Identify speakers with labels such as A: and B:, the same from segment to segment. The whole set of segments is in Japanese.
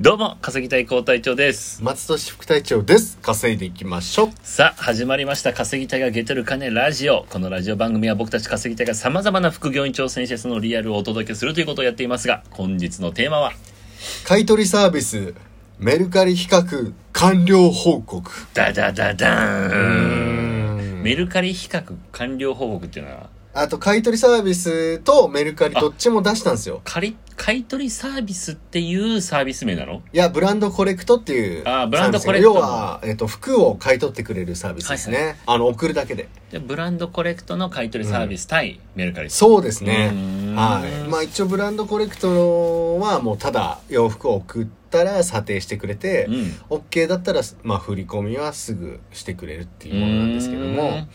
A: どうも、稼ぎたい高隊長です。
B: 松戸市副隊長です稼いでいきましょう
A: さあ、始まりました。稼ぎたいがゲトる金ラジオ。このラジオ番組は僕たち稼ぎたいが様々な副業に挑戦してそのリアルをお届けするということをやっていますが、本日のテーマは、
B: 買取サービスメルカリ比較完了報告
A: ダダダダーン
B: ん
A: メルカリ比較完了報告っていうのは、
B: あと買取サービスとメルカリどっちも出したんですよ
A: 借り、買い取りサービスっていうサービス名なの
B: いやブランドコレクトっていう
A: あーブランドコレクト
B: サービス要は、えっと服を買い取ってくれるサービスですね、
A: は
B: あの送るだけで
A: でブランドコレクトの買い取りサービス対メルカリ。
B: そうですね
A: うーん
B: はいまあ一応ブランドコレクトはもうただ洋服を送ったら査定してくれて、
A: うん
B: OK だったら、まあ、振り込みはすぐしてくれるっていうものなんですけど
A: うー
B: も
A: ん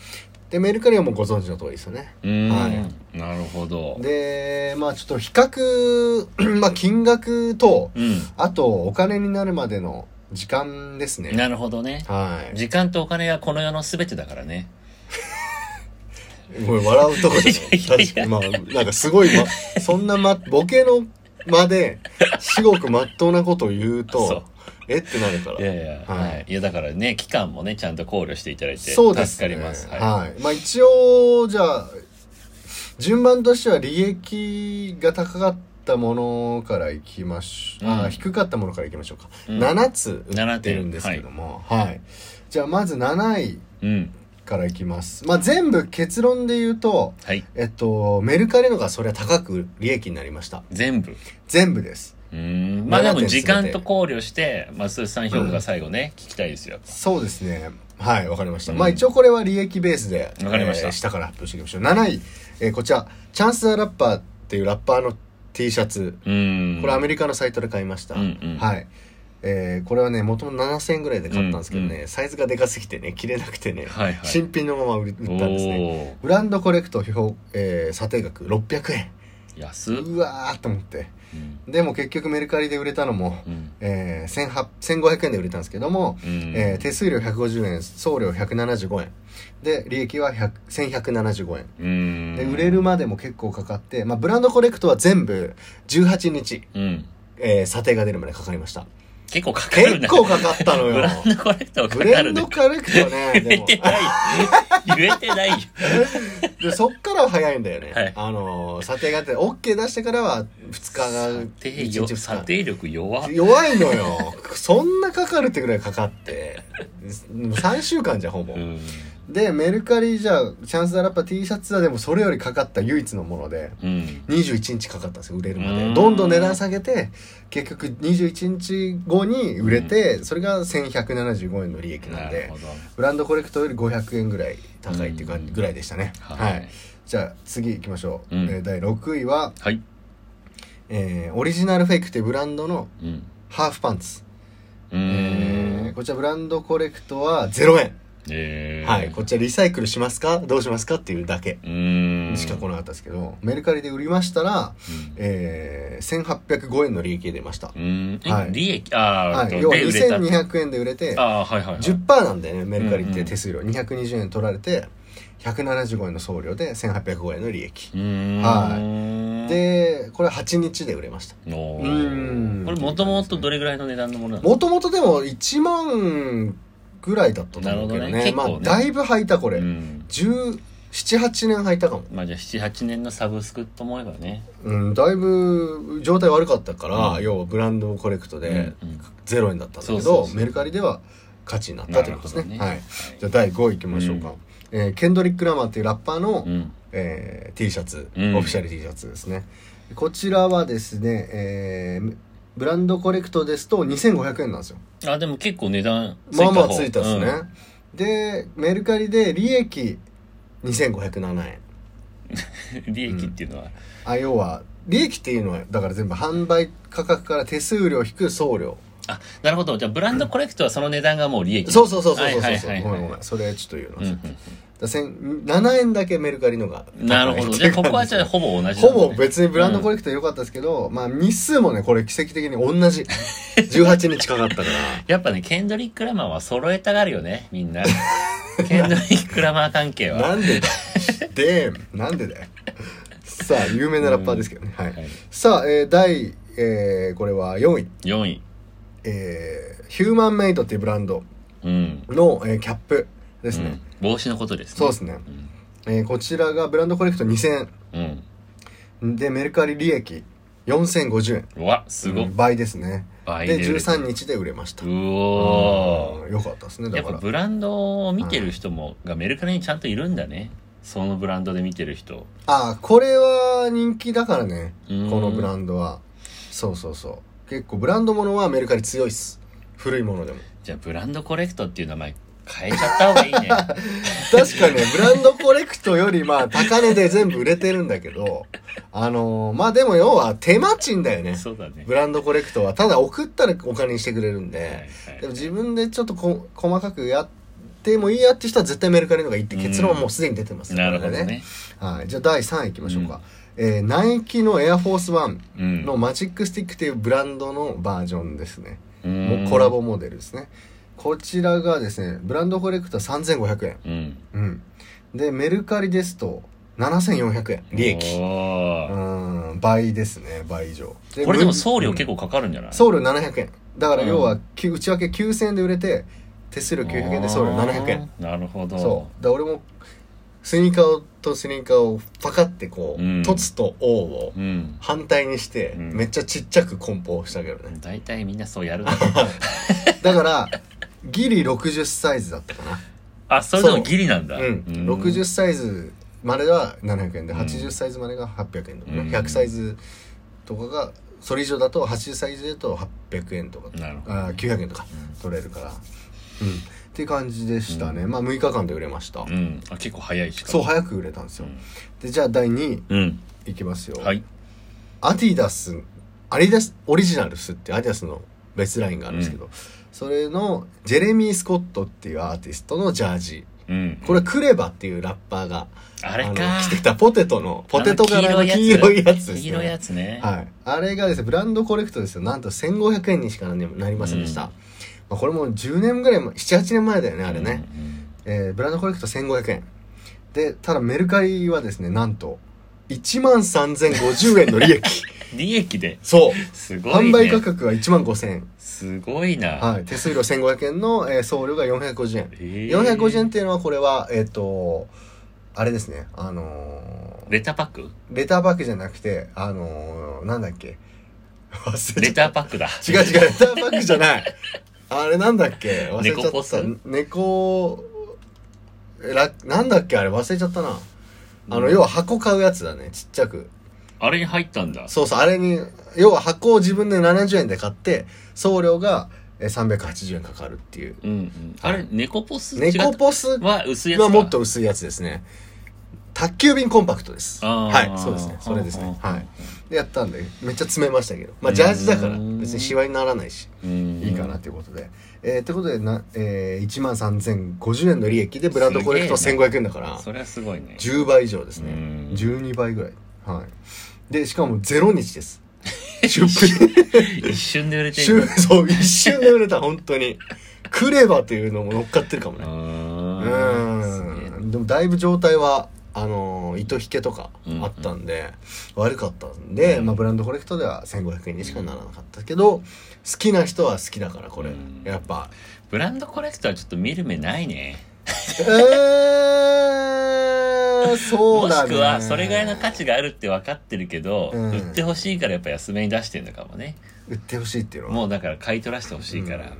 B: でメルカリはもうご存知の通りですよね
A: うーん、
B: は
A: なるほど。
B: でまあちょっと比較 まあ金額と
A: うん。
B: あとお金になるまでの時間ですね
A: なるほどね。
B: はい
A: 時間とお金がこの世の全てだからね。
B: ごめん笑うとこじゃない
A: いやいやい
B: 確かにまあなんかすごい、ま、そんな、ま、ボケの間で至極まっとうなことを言う
A: そう
B: とえってなるから
A: いやいや、は、
B: はいい
A: い。や、だからね、期間もね、ちゃんと考慮していただいて、
B: そうです、
A: 助か
B: ね、
A: ります。
B: はい、
A: は
B: まあ一応、じゃあ、順番としては利益が高かったものからいきましょう。
A: うん
B: あ、低かったものからいきましょうか。
A: うん
B: 7つ売ってるんですけども、はい、じゃあまず7位
A: い。うん。
B: からいきます。まあ全部結論で言うと、
A: はい。
B: えっと、メルカリのがそれは高く利益になりました。
A: 全部。
B: 全部です。
A: うーん。まあでも、
B: 7.全て
A: 時間と考慮して、松田さん評価が最後ね、聞きたいですよ。
B: そうですね。はい、わかりました。
A: うん
B: まあ一応これは利益ベースで、
A: わかりました
B: えー下から発表していきましょう。7位、えーこちら、チャンス・ザ・ラッパーっていうラッパーの T シャツ。
A: うーん。
B: これアメリカのサイトで買いました。
A: うんうん
B: はい。えーこれはね、もともと7000円ぐらいで買ったんですけどね、
A: うん
B: サイズがでかすぎてね、着れなくてね、
A: はいはい。
B: 新品のまま売り売ったんですね。
A: ね。
B: ブランドコレクト表、えー査定額600円。
A: おー安っ。
B: うわーと思って。
A: うん。
B: でも結局メルカリで売れたのも、
A: うん。
B: えー、1800 1500円で売れたんですけども、
A: うん
B: えー手数料150円送料175円で利益は100 1175円
A: うーん。
B: で売れるまでも結構かかって、まあ、ブランドコレクトは全部18日、
A: うん。
B: えー査定が出るまでかかりました
A: 結構かかる
B: 結
A: な。
B: 構かかったの
A: ブ
B: よ
A: ランドコレクトか
B: ブ
A: か
B: ラ
A: る
B: ン
A: ね
B: ド。コレクトねでも
A: 言えてないよ。
B: でそっからは早いんだよね、
A: はい
B: あのー査定があって OK 出してからは2
A: 査
B: 日が
A: 定
B: 一
A: よ
B: 日
A: 査
B: 2日
A: 定力弱。
B: 弱いのよ。そんなかかるってぐらいかかって。3週間じゃん、ほぼ。
A: うん。
B: で、メルカリじゃあ、チャンスだらやっぱ T シャツはでもそれよりかかった唯一のもので、
A: うん。
B: 21日かかったんですよ、売れるま
A: うーん
B: で。どんどん値段下げて、結局21日後に売れて、それが1175円の利益なん
A: なる
B: で
A: ほ、ど。
B: ブランドコレクトより500円ぐらい高いっていう感じぐらいでしたね。
A: は
B: はいい。じゃあ、次行きましょう。
A: うん
B: えー第6位は、
A: はい。
B: えーオリジナルフェイクっていうブランドの
A: うん。
B: ハーフパンツ。
A: うーん
B: えーこちらブランドコレクトは0円、
A: えー
B: はいこちらリサイクルしますかどうしますかっていうだけ
A: うーん。
B: しか来なかったですけど、メルカリで売りましたら、えー、1805円の利益が出ました
A: う、ん。え
B: はい
A: 利益、ああ、
B: はい、要は
A: で売れた。
B: 2200円で売れて
A: ああ、はいはいはい。
B: 10%なんだよねメルカリっ
A: うんう
B: て
A: ん
B: 手数料220円取られて175円の送料で1805円の利益
A: うーん。い、
B: でこれ8日で売れました
A: お
B: うー
A: ー
B: ん
A: これもともとどれぐらいの値段のものなの
B: もともとでも1万ぐらいだったと思うけど
A: なる
B: ね
A: ほどね結
B: ま
A: 構ね
B: あだいぶ履いたこれ、
A: うん。
B: 1718年履いたかも、
A: まあじゃあ7、8年のサブスクと思えばね。
B: うん、だいぶ状態悪かったから、
A: うん
B: 要はブランドコレクトで
A: うんうん
B: 0円だったんだけど、
A: そうそうそう
B: メルカリでは価値になったということですね
A: な
B: は
A: る
B: い、
A: ほどね
B: じゃあ第5位いきましょうか、えーケンドリック・ラマーっていうラッパーの、
A: うん。
B: えー T シャツ、
A: うん
B: オフィシャル T シャツですねこちらはですね、えーブランドコレクトですと2500円なんですよ
A: あ、でも結構値段つい
B: ま
A: た
B: あ
A: 方。
B: まあついたですね、でメルカリで利益2507円
A: うん。 利益っていうのは。
B: あ要は利益っていうのはだから全部販売価格から手数料引く送料
A: あ、なるほど。じゃあブランドコレクトはその値段がもう利益。
B: そうそうそうそうそうそう、
A: はいはいはいはい
B: ごめんごめんそれちょっと言うの忘
A: うん
B: れ
A: う
B: た、
A: ん
B: だせん7円だけメルカリのが
A: うん。なるほど。じゃあここはじゃあほぼ同じなんだね、
B: ほぼ別にブランドコレクト良かったですけど、まあ日数もねこれ奇跡的に同じ18日かかったから
A: やっぱね、ケンドリック・ラマーは揃えたがるよね、みん な。ケンドリック・ラマー関係 は。
B: なんでだでなんでだよさあ有名なラッパーですけどね、はい
A: はい
B: さあ、えー第、えーこれは4位
A: 4位。
B: えーヒューマンメイドっていうブランド
A: うん。
B: の、えーキャップです
A: う
B: ね
A: ん、帽子のことですね。
B: そうですね、えーこちらがブランドコレクト2000
A: うん。
B: 円でメルカリ利益4050円
A: うん。うわ、すごっ
B: うん。倍ですね
A: 倍
B: で
A: 売れて
B: 13日で売れました
A: うお
B: うんよかったですね
A: ー。やっ
B: だか
A: ぱ
B: ら
A: ブランドを見てる人も、がメルカリにちゃんといるんだね。そのブランドで見てる人。
B: ああこれは人気だからね
A: こ
B: このブランドはそうそうそう結構ブランドものはメルカリ強いっす古いものでも
A: じゃあブランドコレクトっていう名前変えちゃった方がいいね。
B: 確かね ブランドコレクトよりまあ高値で全部売れてるんだけどあのーまあでも要は手間賃だよ ね
A: そうだね。
B: ブランドコレクトはただ送ったらお金にしてくれるんで、
A: はいはい
B: でも自分でちょっとこ細かくやってもいいやって人は絶対メルカリの方がいいって結論はもうすでに出てます
A: なるほ
B: こ
A: ど
B: れで
A: ね。
B: はい、じゃあ第3位いきましょうか、えーナイキのエアフォースワン
A: うん。
B: のマジックスティックというブランドのバージョンですね、
A: うん
B: もうコラ。ボモデルですねこちらがですねブランドコレクター3500円
A: うん。
B: うんでメルカリですと7400円利益
A: お
B: う
A: ー
B: ん倍ですね倍以上
A: これでも送料
B: うん
A: 結構かかるんじゃない
B: 送料700円だから要
A: う
B: は、きゅ内訳9000円で売れて手数料900円で送料700円
A: あー。なるほど。
B: そうだから俺もスニーカーとスニーカーをパカってこう、
A: うん
B: 凸と O を
A: うん。
B: 反対にして、
A: うん
B: めっちゃちっちゃく梱包したけどね
A: 大体みんなそうやるだろう
B: だからギリ60サイズだったか
A: あ、それでもギリなんだ。
B: な、うん60サイズまでは700円で、80サイズまでが800円とかね、
A: うん
B: 100サイズとかがそれ以上だと80サイズだと800円とか
A: なるほど。
B: あー900円とか取れるから、うん、っていう感じでしたね、まあ6日間で売れました、
A: うん。あ、結構早いしかも
B: そう早く売れたんですよ、
A: うん
B: でじゃあ第2
A: うん。
B: 位いきますよ、
A: はい。
B: アディダスアディダスオリジナルスってアディダスの別ラインがあるんですけど、それのジェレミー・スコットっていうアーティストのジャージ
A: うん。
B: これクレバっていうラッパーが
A: あれ
B: の
A: か。
B: 着てたポテトのポテト柄の黄色いやつです
A: 黄色いや
B: ね
A: つね。
B: はい、あれがですねブランドコレクトですよなんと1500円にしかなりませんでした、
A: うん
B: まあ、これも10年ぐらい前78年前だよねあれね、
A: うんうん
B: えーブランドコレクト1500円でただメルカリはですねなんと1万3050円の利 益
A: 利益で。
B: そう、
A: すごい、ね。
B: 販売価格は1万5000円、
A: すごいな。
B: はい、手数料1500円の、えー送料が450円、
A: えー
B: 450円っていうのはこれはえっ、とあれですねあのー
A: レターパック
B: レターパックじゃなくてあのーなんだっけ忘れ
A: レ
B: ちゃ
A: ター
B: っ
A: パックだ。
B: た違う違うレターパックじゃないあれなんだっけ忘れちゃ
A: 猫ポ
B: っ
A: ス
B: た猫えらなんだっけあれ忘れちゃったなあの、要は箱買うやつだね、ちっちゃく。
A: あれに入ったんだ。
B: そうそう、あれに、要は箱を自分で70円で買って、送料がえー380円かかるっていう。
A: うんうん。あれ、猫ポス違
B: 猫
A: う
B: ポス
A: は薄いやつか
B: はもっと薄いやつですね。宅急便コンパクトです。
A: あ
B: は
A: ー
B: い、そうですね。それですね。
A: あー
B: はい。で、やったんで、めっちゃ詰めましたけど。まあ、ジャージだから、
A: うん
B: 別にシワにならないし、
A: うん
B: いいかなっていうことで。えー、ってことで、な、えー、13,050円の利益で、ブランドコレクト
A: すげえな
B: 1500円だから。
A: それはすごいね。
B: 10倍以上ですね
A: うん
B: 12倍ぐらいはいでしかも0日です 出品
A: 一瞬で売れてるん
B: 瞬
A: だ。
B: そう一瞬で売れた本当にクレバというのも乗っかってるかも
A: う
B: ねう
A: ーんすげえ
B: ー
A: なん
B: でもだいぶ状態はあのー糸引けとか
A: うんうん
B: あったんで、悪かったんで、
A: うん
B: まあ、ブランドコレクトでは1500円にしかならなかったけど好きな人は好きだからこれ、
A: うん
B: やっぱ
A: ブランドコレクトはちょっと見る目ないね。
B: えー、そう
A: もし
B: だね
A: くは、それぐらいの価値があるって分かってるけど、
B: うん
A: 売ってほしいからやっぱ安めに出してんのかもね。
B: 売ってほしいっていうのは
A: もうだから買い取らせてほしいから。
B: うん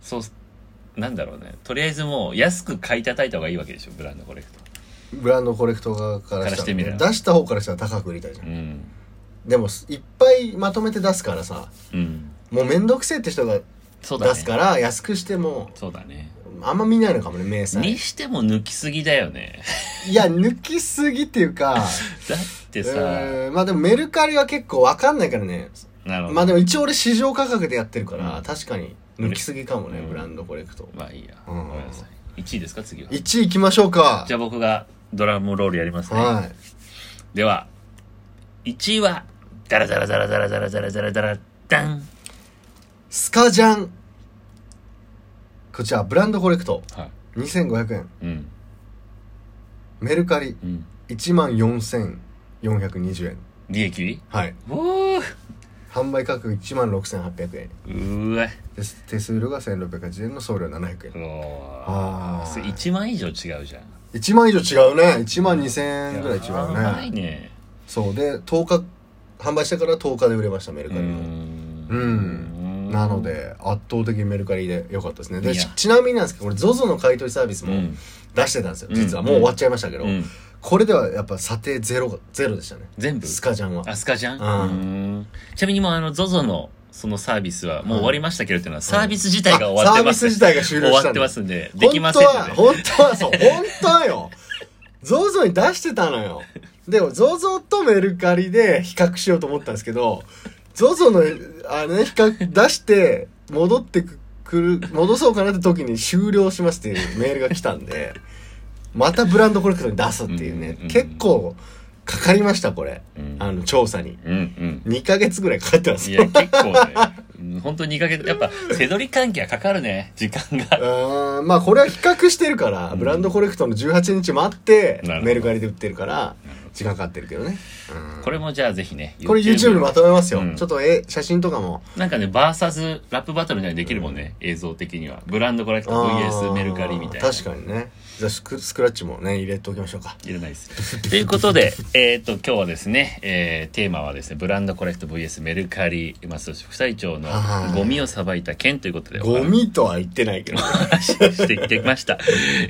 A: そう、なんだろうね。とりあえずもう安く買い叩いた方がいいわけでしょ、ブランドコレクト。
B: ブランドコレクト側から
A: か
B: した
A: らしてみれば
B: 出した方からしたら高く売りたいじゃん、
A: うん。
B: でもいっぱいまとめて出すからさ
A: うん。
B: もう面倒くせえって人が
A: そうだね。
B: 出すから、安くしても
A: そうだね。
B: あんま見ないのかもね名産
A: に
B: い
A: しても抜きすぎだよね。
B: や抜きすぎっていうか
A: だって
B: う
A: さ、
B: ーんまあでもメルカリは結構わかんないからね
A: なるほど。
B: まあでも一応俺市場価格でやってるから、
A: うん
B: 確かに抜きすぎかもね、
A: うん
B: ブランドコレクト
A: まあいいや。
B: う
A: ご
B: ん
A: めんなさい。1位ですか、次は。
B: 1位いきましょうか
A: じゃあ僕がドラムロールやりますね。
B: はい
A: では、1位は、ダラダラダラダラダラダラダラダラ、ダン
B: スカジャンこちらブランドコレクト
A: は
B: 2500円
A: い。うん。
B: メルカリ
A: うん。
B: 1万4420円
A: 利益
B: はい
A: おー
B: 販売価格1万6800円
A: うーわ
B: です手数料が1680円の送料700円
A: も
B: あ
A: うそれ
B: あ
A: 1万以上違うじゃん
B: 1万以上違うね1万2000円ぐらい違
A: や
B: う
A: ば
B: ね
A: いね
B: そうで10日販売してから10日で売れましたメル
A: う
B: カリも
A: ん
B: うんなので圧倒的にメルカリで良かったですねで
A: いや
B: ちちなみになんですけどこれ ZOZO の買い取りサービス
A: う
B: も
A: ん
B: 出してたんですよ、
A: うん
B: 実はもう終わっちゃいましたけど、
A: うん
B: これではやっぱ査定ゼロがゼロでしたね
A: 全部
B: スカジャンは
A: あスカジャン
B: う
A: うーんちなみにもうあの ZOZO のそのサービスはもう終わりましたけどっていうのはサービス自体が終わってま
B: あサービス
A: す、
B: 自体が終了
A: 終
B: し
A: わっ
B: たん
A: て
B: で
A: ますんでできませんので
B: 本当は本当はそう本当はよ ZOZO に出してたのよでも ZOZO とメルカリで比較しようと思ったんですけど ZOZO のあの、ね、比較出して戻ってくる戻そうかなって時に終了しますっていうメールが来たんでまたブランドコレクトに出すっていう
A: うん
B: ね
A: うんうん
B: 結構かかりましたこれ
A: うん
B: あの調査に
A: うんうん
B: 2ヶ月ぐらいかかってます
A: い
B: よ
A: や結構ねうん本当に2ヶ月やっぱ手取り関係はかかるね時間が
B: うーんまあこれは比較してるから、ブランドコレクトの18日もあって
A: なるほど
B: メルカリで売ってるから時間かかってるけどね、うん
A: これもじゃあぜひね
B: これ YouTube にまとめますよ、
A: うん
B: ちょっとえ写真とかも
A: なんかねバーサスラップバトルみたいにできるもんね、映像的にはブランドコレクト
B: あ
A: VS
B: ー
A: メルカリみたいな
B: 確かにねじゃあスクスクラッチもね入れておきましょうか
A: いらないです。ということで、えっ、と、今日はですね、えーテーマはですね、ブランドコレクト VS メルカリ、まあ、そして副隊長の
B: はい
A: ゴミをさばいた件ということで、
B: ゴミとは言ってないけ ど
A: お話をしてきました。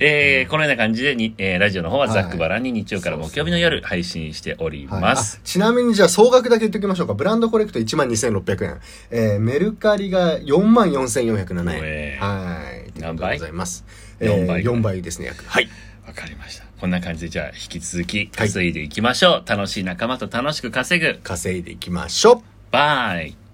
A: えーこのような感じでに、えーラジオの方はざっくばらんに日曜から木曜日の夜配信しており
B: はい
A: ま
B: あ
A: す。
B: ちなみにじゃあ総額だけ言っておきましょうかブランドコレクト1万2600円、えーメルカリが4万4407円、
A: えー
B: はい
A: 何倍
B: ありがとうございます
A: 四倍
B: えー、4倍ですね約はい
A: わかりました。こんな感じで、じゃあ、引き続き稼いでいきましょう。楽しい仲間と楽しく稼ぐ。
B: 稼いでいきましょう
A: バイ。